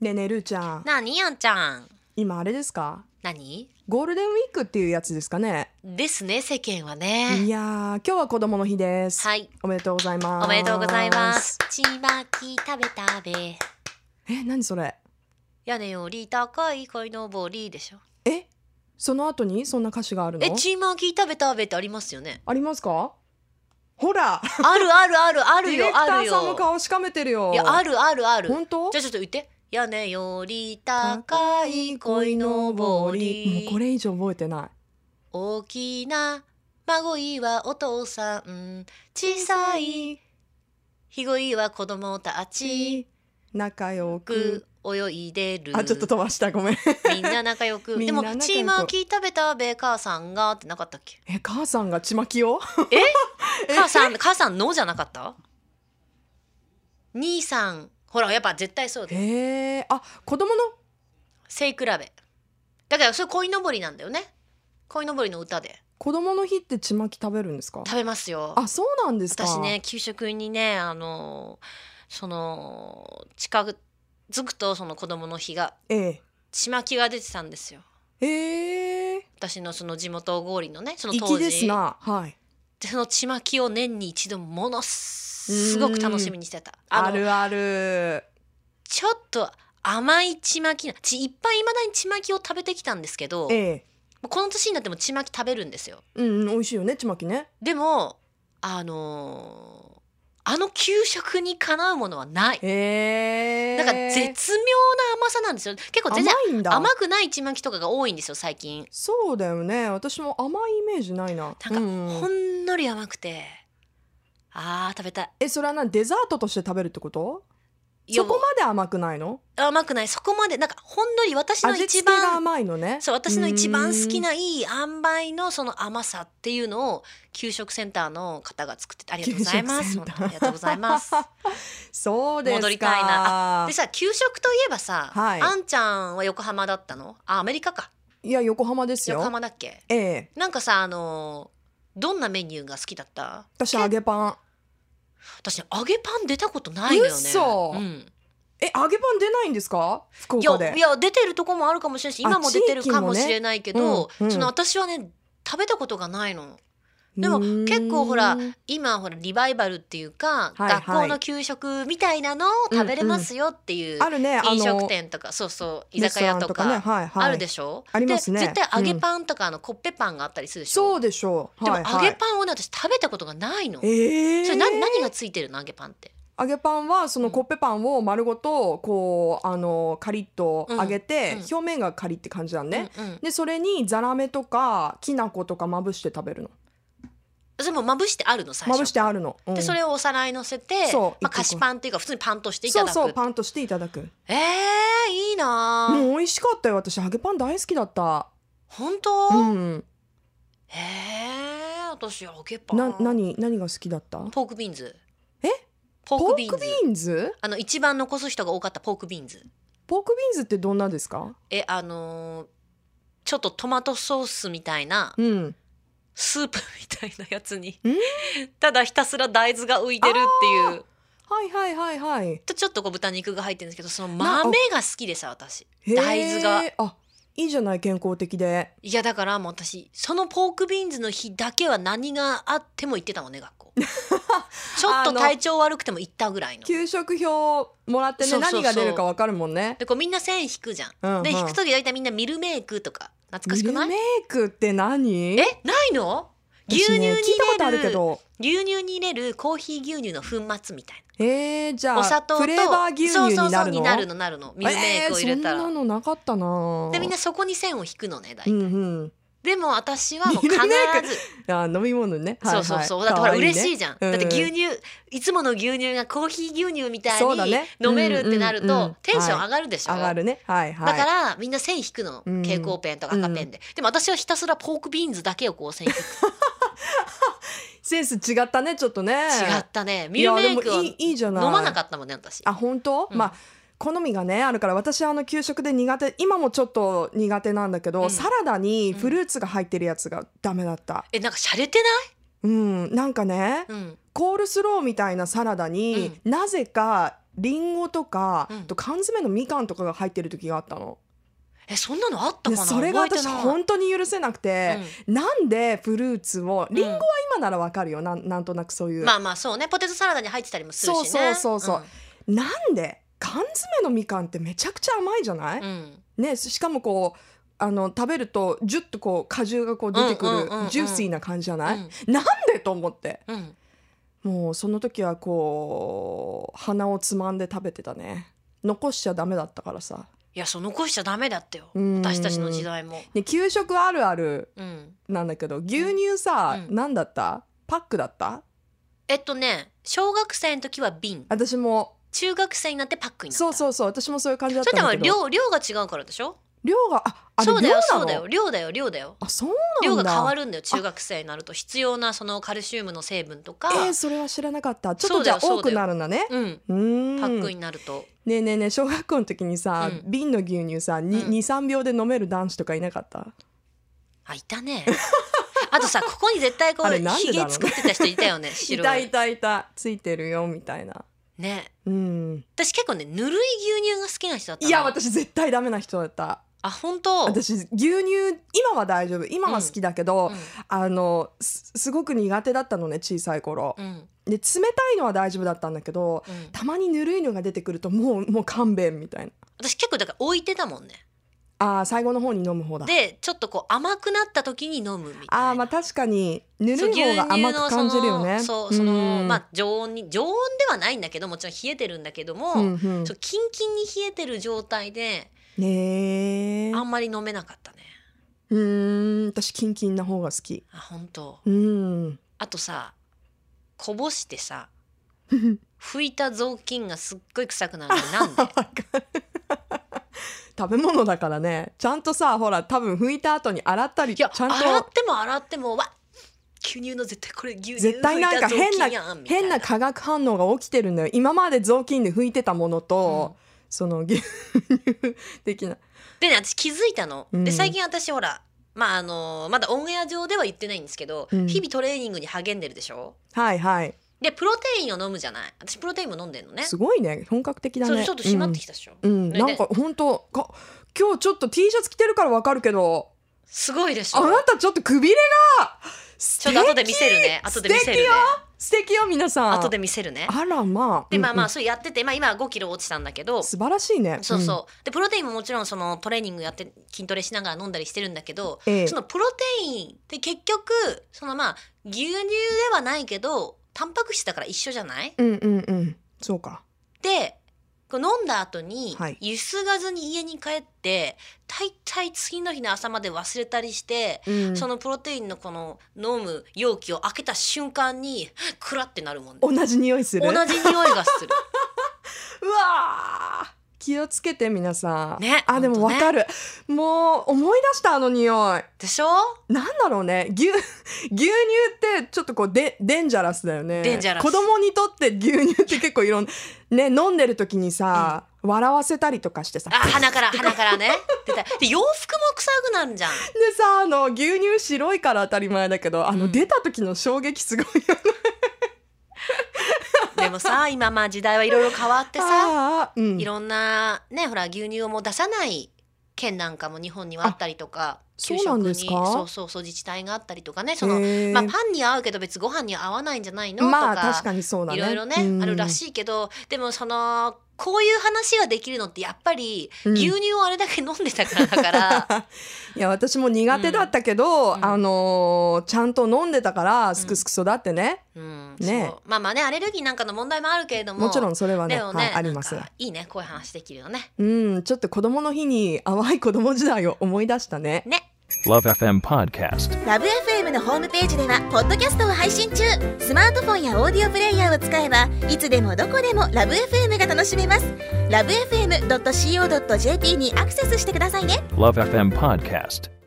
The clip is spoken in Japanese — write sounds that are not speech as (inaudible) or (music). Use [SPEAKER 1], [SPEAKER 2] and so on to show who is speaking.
[SPEAKER 1] ねえねえるーちゃん
[SPEAKER 2] なあにやんちゃん
[SPEAKER 1] 今あれですか
[SPEAKER 2] 何
[SPEAKER 1] ゴールデンウィークっていうやつですかね
[SPEAKER 2] ですね世間はいね
[SPEAKER 1] やー今日は子供の日です
[SPEAKER 2] はい
[SPEAKER 1] おめでとうございます
[SPEAKER 2] おめでとうございますちまき食べたべ
[SPEAKER 1] え何それ
[SPEAKER 2] 屋根より高い鯉のぼりでしょ
[SPEAKER 1] えその後にそんな歌詞があるの
[SPEAKER 2] えちまき食べたべってありますよね
[SPEAKER 1] ありますかほら
[SPEAKER 2] あるあるあるあ
[SPEAKER 1] デ
[SPEAKER 2] る
[SPEAKER 1] ィレ
[SPEAKER 2] よ
[SPEAKER 1] クタ
[SPEAKER 2] ある
[SPEAKER 1] ーさんの
[SPEAKER 2] よ
[SPEAKER 1] 顔しかめてるよ
[SPEAKER 2] いやあるあるある
[SPEAKER 1] 本当
[SPEAKER 2] じゃあちょっと言って屋根より高い鯉のぼり
[SPEAKER 1] もうこれ以上覚えてない
[SPEAKER 2] 大きな孫いはお父さん小さいひごいは子供たち
[SPEAKER 1] 仲良く
[SPEAKER 2] く泳いでる
[SPEAKER 1] あちょっと飛ばしたごめん
[SPEAKER 2] みんな仲良く
[SPEAKER 1] み
[SPEAKER 2] で
[SPEAKER 1] んな
[SPEAKER 2] も
[SPEAKER 1] 仲良く
[SPEAKER 2] 「チーマーキー食べたべ母さんが」ってなかったっけ
[SPEAKER 1] え母さんがちまきをえ
[SPEAKER 2] 母さん母さんのじゃなかった兄さんほらやっぱ絶対そうだよ
[SPEAKER 1] へえあ子供の
[SPEAKER 2] 背比べだからそれ鯉のぼりなんだよね鯉のぼりの歌で
[SPEAKER 1] 子供の日ってちまき食べるんですか
[SPEAKER 2] 食べますよ
[SPEAKER 1] あそうなんですか
[SPEAKER 2] 私ね給食にねあのその近づくとその子供の日が
[SPEAKER 1] え
[SPEAKER 2] ちまきが出てたんですよ
[SPEAKER 1] えええ
[SPEAKER 2] 私のその地元郷里のねその当
[SPEAKER 1] 粋で
[SPEAKER 2] 時
[SPEAKER 1] すなはい
[SPEAKER 2] でそのちまきを年に一度ものすごく楽しみにしてた
[SPEAKER 1] あ
[SPEAKER 2] の
[SPEAKER 1] るある
[SPEAKER 2] ちょっと甘いちまきなちいっぱい未だにちまきを食べてきたんですけど
[SPEAKER 1] ええ
[SPEAKER 2] この年になってもちまき食べるんですよ
[SPEAKER 1] うんうん美味しいよねちまきね
[SPEAKER 2] でもあのーあの給食にかなうものはない
[SPEAKER 1] ええ
[SPEAKER 2] なんか絶妙な甘さなんですよ結構全然
[SPEAKER 1] 甘いんだ
[SPEAKER 2] 甘くないちまきとかが多いんですよ最近
[SPEAKER 1] そうだよね私も甘いイメージないな
[SPEAKER 2] なんか
[SPEAKER 1] うん
[SPEAKER 2] ほんのり甘くてあー食べたい
[SPEAKER 1] えそれは何デザートとして食べるってこと
[SPEAKER 2] いや
[SPEAKER 1] そこまで甘くないの
[SPEAKER 2] 甘くないそこまでなんかほんのり私の
[SPEAKER 1] 味
[SPEAKER 2] 一
[SPEAKER 1] 付けが
[SPEAKER 2] 番
[SPEAKER 1] 甘いのね
[SPEAKER 2] そう私の一番好き
[SPEAKER 1] う
[SPEAKER 2] ないい塩梅のその甘さっていうのを給食センターの方が作っててありがとうございま
[SPEAKER 1] 給
[SPEAKER 2] す
[SPEAKER 1] 食セン
[SPEAKER 2] 本
[SPEAKER 1] ター
[SPEAKER 2] 当にありがとうございます
[SPEAKER 1] (laughs) ーんそうですか
[SPEAKER 2] 戻りたいなでさ給食といえばさ、
[SPEAKER 1] はい
[SPEAKER 2] あんちゃんは横浜だったのあアメリカか
[SPEAKER 1] いや横浜ですよ
[SPEAKER 2] 横浜だっけ
[SPEAKER 1] ええ
[SPEAKER 2] なんかさあのーどんなメニューが好きだった
[SPEAKER 1] 私揚げパン
[SPEAKER 2] 私ね揚げパン出たことないのよね
[SPEAKER 1] 嘘
[SPEAKER 2] うん、
[SPEAKER 1] え揚げパン出ないんですか福
[SPEAKER 2] いや
[SPEAKER 1] 岡で
[SPEAKER 2] いや出てるとこもあるかもしれないし
[SPEAKER 1] あ
[SPEAKER 2] 今も出てるかもしれないけど、
[SPEAKER 1] 地域もねうんうん
[SPEAKER 2] その私はね食べたことがないのでも結構ほら
[SPEAKER 1] うーん
[SPEAKER 2] 今ほらリバイバルっていうか、
[SPEAKER 1] はいはい
[SPEAKER 2] 学校の給食みたいなのを食べれますよっていう
[SPEAKER 1] あるねあの
[SPEAKER 2] 飲食店とか、そうそう居
[SPEAKER 1] レスト
[SPEAKER 2] 酒
[SPEAKER 1] ラ
[SPEAKER 2] 屋
[SPEAKER 1] ン
[SPEAKER 2] とか
[SPEAKER 1] ねはいはい、
[SPEAKER 2] あるで
[SPEAKER 1] し
[SPEAKER 2] しょ
[SPEAKER 1] ありますね
[SPEAKER 2] で絶対揚げパンとか、あのコッペパンがあったりするでし
[SPEAKER 1] そ
[SPEAKER 2] ょ
[SPEAKER 1] うでしょう、
[SPEAKER 2] でも
[SPEAKER 1] はい
[SPEAKER 2] 揚
[SPEAKER 1] はい、
[SPEAKER 2] げパンをね私食べたことがないの、
[SPEAKER 1] えー、
[SPEAKER 2] それ何何がついてるの揚げパンって
[SPEAKER 1] 揚げパンはそのコッペパンを丸ごとこうあのカリッと揚げて、
[SPEAKER 2] うんうん
[SPEAKER 1] 表面がカリって感じなんね、、
[SPEAKER 2] うんうん
[SPEAKER 1] でそれにザラメとかきな粉とかまぶして食べるの
[SPEAKER 2] それもまぶしてあるの最
[SPEAKER 1] ま
[SPEAKER 2] 初
[SPEAKER 1] ぶしてあるの、うん
[SPEAKER 2] でそれをお皿に乗せて、
[SPEAKER 1] そう一
[SPEAKER 2] まあ、
[SPEAKER 1] 個
[SPEAKER 2] 菓
[SPEAKER 1] 一個
[SPEAKER 2] 子パンっていうか普通にパンとしていた
[SPEAKER 1] そ
[SPEAKER 2] だ
[SPEAKER 1] う
[SPEAKER 2] く
[SPEAKER 1] そうパンとしていただく
[SPEAKER 2] えー、いいなあ、
[SPEAKER 1] もう美味しかったよ私揚げパン大好きだった
[SPEAKER 2] 本当、
[SPEAKER 1] うん
[SPEAKER 2] えー、私揚げパン
[SPEAKER 1] な何何が好きだった
[SPEAKER 2] ポークビーンズ
[SPEAKER 1] え
[SPEAKER 2] ポークビーンズ
[SPEAKER 1] ーンズ
[SPEAKER 2] あの一番残す人が多かったポークビーンズ
[SPEAKER 1] ポークビーンズってどんなですか
[SPEAKER 2] えあのーちょっとトマトソースみたいな
[SPEAKER 1] うん
[SPEAKER 2] スープみたいなやつに
[SPEAKER 1] ん
[SPEAKER 2] ただひたすら大豆が浮いてるっていう
[SPEAKER 1] はいはいはいはい
[SPEAKER 2] とちょっとこう豚肉が入ってるんですけどその豆が好きでさ私
[SPEAKER 1] へー
[SPEAKER 2] 大豆が
[SPEAKER 1] あいいじゃない健康的で
[SPEAKER 2] いやだからもう私そのポークビーンズの日だけは何があっても行ってたのね (laughs) 学校ちょっと体調悪くても行ったぐらいの
[SPEAKER 1] 給食表もらってね
[SPEAKER 2] そうそうそ
[SPEAKER 1] 何
[SPEAKER 2] う
[SPEAKER 1] が出るかわかるもんね
[SPEAKER 2] でこうみんな線引くじゃん、
[SPEAKER 1] うんうん
[SPEAKER 2] で引く時大体みんなミルメイクとか懐か
[SPEAKER 1] ミ
[SPEAKER 2] しく
[SPEAKER 1] ル
[SPEAKER 2] ない
[SPEAKER 1] メイクって何
[SPEAKER 2] えないの牛
[SPEAKER 1] 私
[SPEAKER 2] 乳に
[SPEAKER 1] ね聞
[SPEAKER 2] 入
[SPEAKER 1] いたことあ
[SPEAKER 2] れ
[SPEAKER 1] るけ
[SPEAKER 2] る
[SPEAKER 1] ど
[SPEAKER 2] 牛乳に入れるコーヒー牛乳の粉末みたい
[SPEAKER 1] えー、じゃ
[SPEAKER 2] な
[SPEAKER 1] あ
[SPEAKER 2] お砂糖と
[SPEAKER 1] フレーバー牛乳に
[SPEAKER 2] そうそ
[SPEAKER 1] な
[SPEAKER 2] うそう
[SPEAKER 1] る
[SPEAKER 2] に
[SPEAKER 1] の
[SPEAKER 2] なるのなるのミルメイクを入れた
[SPEAKER 1] えー
[SPEAKER 2] ら、
[SPEAKER 1] そんなのなかったな
[SPEAKER 2] でみんなそこに線を引くのね大
[SPEAKER 1] う
[SPEAKER 2] 体、
[SPEAKER 1] んうん
[SPEAKER 2] でも私はもう
[SPEAKER 1] ミ
[SPEAKER 2] 必
[SPEAKER 1] ルメイク
[SPEAKER 2] ず
[SPEAKER 1] あ飲み物ね、はい
[SPEAKER 2] そ
[SPEAKER 1] は
[SPEAKER 2] う
[SPEAKER 1] い、
[SPEAKER 2] そうそうだってほら
[SPEAKER 1] 可愛
[SPEAKER 2] 嬉し
[SPEAKER 1] ね
[SPEAKER 2] いじゃん、
[SPEAKER 1] うん
[SPEAKER 2] だって牛乳いつもの牛乳がコーヒー牛乳みた
[SPEAKER 1] そうだ
[SPEAKER 2] いに
[SPEAKER 1] ね
[SPEAKER 2] 飲めるってな
[SPEAKER 1] う
[SPEAKER 2] る
[SPEAKER 1] んうんうん
[SPEAKER 2] とテンション上がるでしょ、
[SPEAKER 1] 上がるねはいはい
[SPEAKER 2] だからみんな線引くの
[SPEAKER 1] うん
[SPEAKER 2] 蛍光ペンとか赤ペンで、でも私はひたすらポークビーンズだけをこう
[SPEAKER 1] (laughs)
[SPEAKER 2] 線引く
[SPEAKER 1] センス違ったねちょっとね
[SPEAKER 2] 違ったねミルメイク
[SPEAKER 1] いや
[SPEAKER 2] は
[SPEAKER 1] でもいいいいじゃ
[SPEAKER 2] 飲
[SPEAKER 1] ない
[SPEAKER 2] まなかったもんね私
[SPEAKER 1] あ本当、
[SPEAKER 2] うん
[SPEAKER 1] まあ好みがねあるから私あの給食で苦手今もちょっと苦手なんだけど、
[SPEAKER 2] うん
[SPEAKER 1] サラダにフルーツが入ってるやつがダメだった
[SPEAKER 2] えなんか洒落て
[SPEAKER 1] うんなんかね、
[SPEAKER 2] ない、うん、
[SPEAKER 1] コールスローみたいなサラダに、なぜかリンゴとか、
[SPEAKER 2] うん
[SPEAKER 1] と缶詰のみかんとかが入ってる時があったの。
[SPEAKER 2] えそんなのあった
[SPEAKER 1] で
[SPEAKER 2] かな
[SPEAKER 1] それが
[SPEAKER 2] 覚え
[SPEAKER 1] 私
[SPEAKER 2] てない
[SPEAKER 1] 本当に許せなくて、なんでフルーツを
[SPEAKER 2] うん
[SPEAKER 1] リンゴは今ならわかるよなんなんとなくそういう、
[SPEAKER 2] うんまあまあそうねポテトサラダに入ってたりもするしね
[SPEAKER 1] そうそうそうそうなんで缶詰のみかんってめちゃくちゃ甘いじゃない、
[SPEAKER 2] うんうん
[SPEAKER 1] ね、しかもこうあの食べるとジュッとこう果汁がこう出てく
[SPEAKER 2] うんうんうんうん
[SPEAKER 1] るジューシーな感じじゃない、
[SPEAKER 2] うん
[SPEAKER 1] なんでと思って
[SPEAKER 2] うん
[SPEAKER 1] もうその時はこう鼻をつまんで食べてたね残しちゃダメだったからさ、
[SPEAKER 2] いやそう残しちゃダメだってよ
[SPEAKER 1] うん
[SPEAKER 2] 私たちの時代も
[SPEAKER 1] ね、給食あるある
[SPEAKER 2] うん
[SPEAKER 1] なんだけど牛乳さ、
[SPEAKER 2] うん
[SPEAKER 1] なんだったパックだった
[SPEAKER 2] えっとね小学生の時は瓶
[SPEAKER 1] 私も
[SPEAKER 2] 中学生になってパックになった
[SPEAKER 1] そうそうそう私もそういう感じだっ
[SPEAKER 2] そ
[SPEAKER 1] た
[SPEAKER 2] れ
[SPEAKER 1] んだ
[SPEAKER 2] は
[SPEAKER 1] けど
[SPEAKER 2] 量量が違うからでしょ
[SPEAKER 1] 量がああれ
[SPEAKER 2] そうだ
[SPEAKER 1] 量
[SPEAKER 2] よ
[SPEAKER 1] な
[SPEAKER 2] そう
[SPEAKER 1] の
[SPEAKER 2] だよ量だよ量だよ
[SPEAKER 1] あそう
[SPEAKER 2] 量
[SPEAKER 1] な
[SPEAKER 2] が
[SPEAKER 1] んだ
[SPEAKER 2] 変わるんだよ中学生になると必要なそのカルシウムの成分とか、
[SPEAKER 1] えー、それは知らなかったちょっ
[SPEAKER 2] そ
[SPEAKER 1] と
[SPEAKER 2] う
[SPEAKER 1] じ
[SPEAKER 2] だ
[SPEAKER 1] ゃ
[SPEAKER 2] よ
[SPEAKER 1] あ多くなるんだね
[SPEAKER 2] うん
[SPEAKER 1] うーん
[SPEAKER 2] パックになると、
[SPEAKER 1] ねえねえねえ小学校の時にさ、
[SPEAKER 2] う
[SPEAKER 1] 瓶の牛乳さ
[SPEAKER 2] うん
[SPEAKER 1] 23、3秒で飲める男子とかいなかった
[SPEAKER 2] あいたね (laughs) あとさここに絶対こ
[SPEAKER 1] あ
[SPEAKER 2] う
[SPEAKER 1] れなんで
[SPEAKER 2] ひげ
[SPEAKER 1] だろうね
[SPEAKER 2] 作ってた人いた
[SPEAKER 1] (laughs)
[SPEAKER 2] よね白
[SPEAKER 1] いた
[SPEAKER 2] い
[SPEAKER 1] いたいたついてるよみたいな
[SPEAKER 2] ね
[SPEAKER 1] うん
[SPEAKER 2] 私結構ねぬるい牛乳が好きな人だった
[SPEAKER 1] い
[SPEAKER 2] の
[SPEAKER 1] や私絶対ダメな人だった
[SPEAKER 2] あ本当
[SPEAKER 1] 私牛乳今は大丈夫今は好きだけど、あのすすごく苦手だったのね小さい頃
[SPEAKER 2] う、んうん
[SPEAKER 1] で冷たいのは大丈夫だったんだけど
[SPEAKER 2] うん
[SPEAKER 1] たまにぬるいのが出てくるともうもう勘弁みたいな
[SPEAKER 2] 私結構だから置いてたもんね
[SPEAKER 1] あー最後の方に飲む方だ
[SPEAKER 2] でちょっとこう甘くなった時に飲むみたいな
[SPEAKER 1] あーまあ確かにぬ
[SPEAKER 2] そう
[SPEAKER 1] るい方が甘く感じるよね
[SPEAKER 2] 牛乳のそのそうその、
[SPEAKER 1] うん
[SPEAKER 2] まあ常温に常温ではないんだけどもちろん冷えてるんだけども、
[SPEAKER 1] うんうん
[SPEAKER 2] ちょっとキンキンに冷えてる状態で
[SPEAKER 1] ねえ
[SPEAKER 2] あんまり飲めなかったね
[SPEAKER 1] うーん私キンキンな方が好き
[SPEAKER 2] あ本当
[SPEAKER 1] うん (laughs)
[SPEAKER 2] あとさこぼしてさ拭いた雑巾がすっごい臭くなるの
[SPEAKER 1] (laughs)
[SPEAKER 2] なんで
[SPEAKER 1] 食べ物だからねちゃんとさほら多分拭いた後に洗ったり
[SPEAKER 2] いや
[SPEAKER 1] ちゃん
[SPEAKER 2] 洗っ
[SPEAKER 1] と
[SPEAKER 2] ても洗ってもわ牛乳の絶対これ牛乳
[SPEAKER 1] 絶対なんか変な
[SPEAKER 2] 拭いた雑巾やんみたい
[SPEAKER 1] 変な化学反応が起きてるんだよ今まで雑巾で拭いてたものと、その牛乳的な
[SPEAKER 2] でね私気づいたの、
[SPEAKER 1] うん
[SPEAKER 2] で最近私ほらまああのまだオンエア上では言ってないんですけど、
[SPEAKER 1] うん
[SPEAKER 2] 日々トレーニングに励んでるでしょ
[SPEAKER 1] はいはい
[SPEAKER 2] でプロテインを飲むじゃない私プロテインも飲んでんのね
[SPEAKER 1] すごいね本格的だ
[SPEAKER 2] そ
[SPEAKER 1] ね
[SPEAKER 2] れちょっと締まってきたでしょ、
[SPEAKER 1] うん、うん
[SPEAKER 2] ね
[SPEAKER 1] なんか本当か今日ちょっと T シャツ着てるからわかるけど
[SPEAKER 2] すごいでしょ
[SPEAKER 1] あなたちょっとくびれが
[SPEAKER 2] ちょっと後で見せるね後で見せるね
[SPEAKER 1] 素敵よ皆さん
[SPEAKER 2] 後で見せるね
[SPEAKER 1] あらまあ
[SPEAKER 2] でまあま
[SPEAKER 1] うん
[SPEAKER 2] あそれやってて、まあ、今は5キロ落ちたんだけど
[SPEAKER 1] うん素晴らしいね
[SPEAKER 2] そうそう、でプロテインももちろんそのトレーニングやって筋トレしながら飲んだりしてるんだけど、
[SPEAKER 1] うん、ええ
[SPEAKER 2] そのプロテインって結局そのまあ牛乳ではないけどタンパク質だから一緒じゃない
[SPEAKER 1] うんうんうんそうか
[SPEAKER 2] でこう飲んだ後に
[SPEAKER 1] はい
[SPEAKER 2] ゆすがずに家に帰って、大体次の日の朝まで忘れたりして、
[SPEAKER 1] うん
[SPEAKER 2] そのプロテインのこの飲む容器を開けた瞬間にクラってなるもんね
[SPEAKER 1] 同じ匂いする
[SPEAKER 2] 同
[SPEAKER 1] うわ
[SPEAKER 2] じ匂い
[SPEAKER 1] (laughs)
[SPEAKER 2] がする
[SPEAKER 1] ー気をつけて皆さん
[SPEAKER 2] ね
[SPEAKER 1] あでもわかる、もう思い出したあの匂い
[SPEAKER 2] でしょ、
[SPEAKER 1] なんだろうね牛 (laughs) 牛乳ってちょっとこうでデンジャラスだよね
[SPEAKER 2] デンジャラス
[SPEAKER 1] 子供にとって牛乳って結構いろんね飲んでる時にさ、笑わせたりとかしてさ
[SPEAKER 2] あ鼻から鼻からね出たで洋服も臭くなるじゃん
[SPEAKER 1] でさあの牛乳白いから当たり前だけどあの、
[SPEAKER 2] うん
[SPEAKER 1] 出た時の衝撃すごいよね
[SPEAKER 2] で
[SPEAKER 1] (laughs)
[SPEAKER 2] もさ今まあ時代はいろいろ変わってさ
[SPEAKER 1] あーうん
[SPEAKER 2] いろんなねほら牛乳をもう出さない県なんかも日本にはあったりとか
[SPEAKER 1] そうなんですか
[SPEAKER 2] 給食にそうそうそう自治体があったりとかねその、
[SPEAKER 1] へー
[SPEAKER 2] まあ、パンに合うけど別にご飯には合わないんじゃないの、
[SPEAKER 1] まあ
[SPEAKER 2] とか
[SPEAKER 1] 確かにそうだね
[SPEAKER 2] いろいろね、
[SPEAKER 1] うん
[SPEAKER 2] あるらしいけどでもそのこういう話ができるのってやっぱり
[SPEAKER 1] うん
[SPEAKER 2] 牛乳をあれだけ飲んでたから
[SPEAKER 1] (laughs)
[SPEAKER 2] だから、
[SPEAKER 1] いや私も苦手だったけど、
[SPEAKER 2] うん
[SPEAKER 1] あのーちゃんと飲んでたからすくすく育ってね、
[SPEAKER 2] うん
[SPEAKER 1] ね
[SPEAKER 2] そうまあまあねアレルギーなんかの問題もあるけれども
[SPEAKER 1] もちろんそれはね
[SPEAKER 2] でもね、
[SPEAKER 1] はいあります
[SPEAKER 2] なんかいいねこういう話できるよね
[SPEAKER 1] うんちょっと子供の日に淡い子供時代を思い出したね
[SPEAKER 2] ね
[SPEAKER 3] Love FM Podcast.
[SPEAKER 4] ラブ f m のホームページではポッドキャストを配信中スマートフォンやオーディオプレイヤーを使えばいつでもどこでもラブ f m が楽しめますラブ FM.co.jp にアクセスしてくださいね
[SPEAKER 3] Love FM Podcast.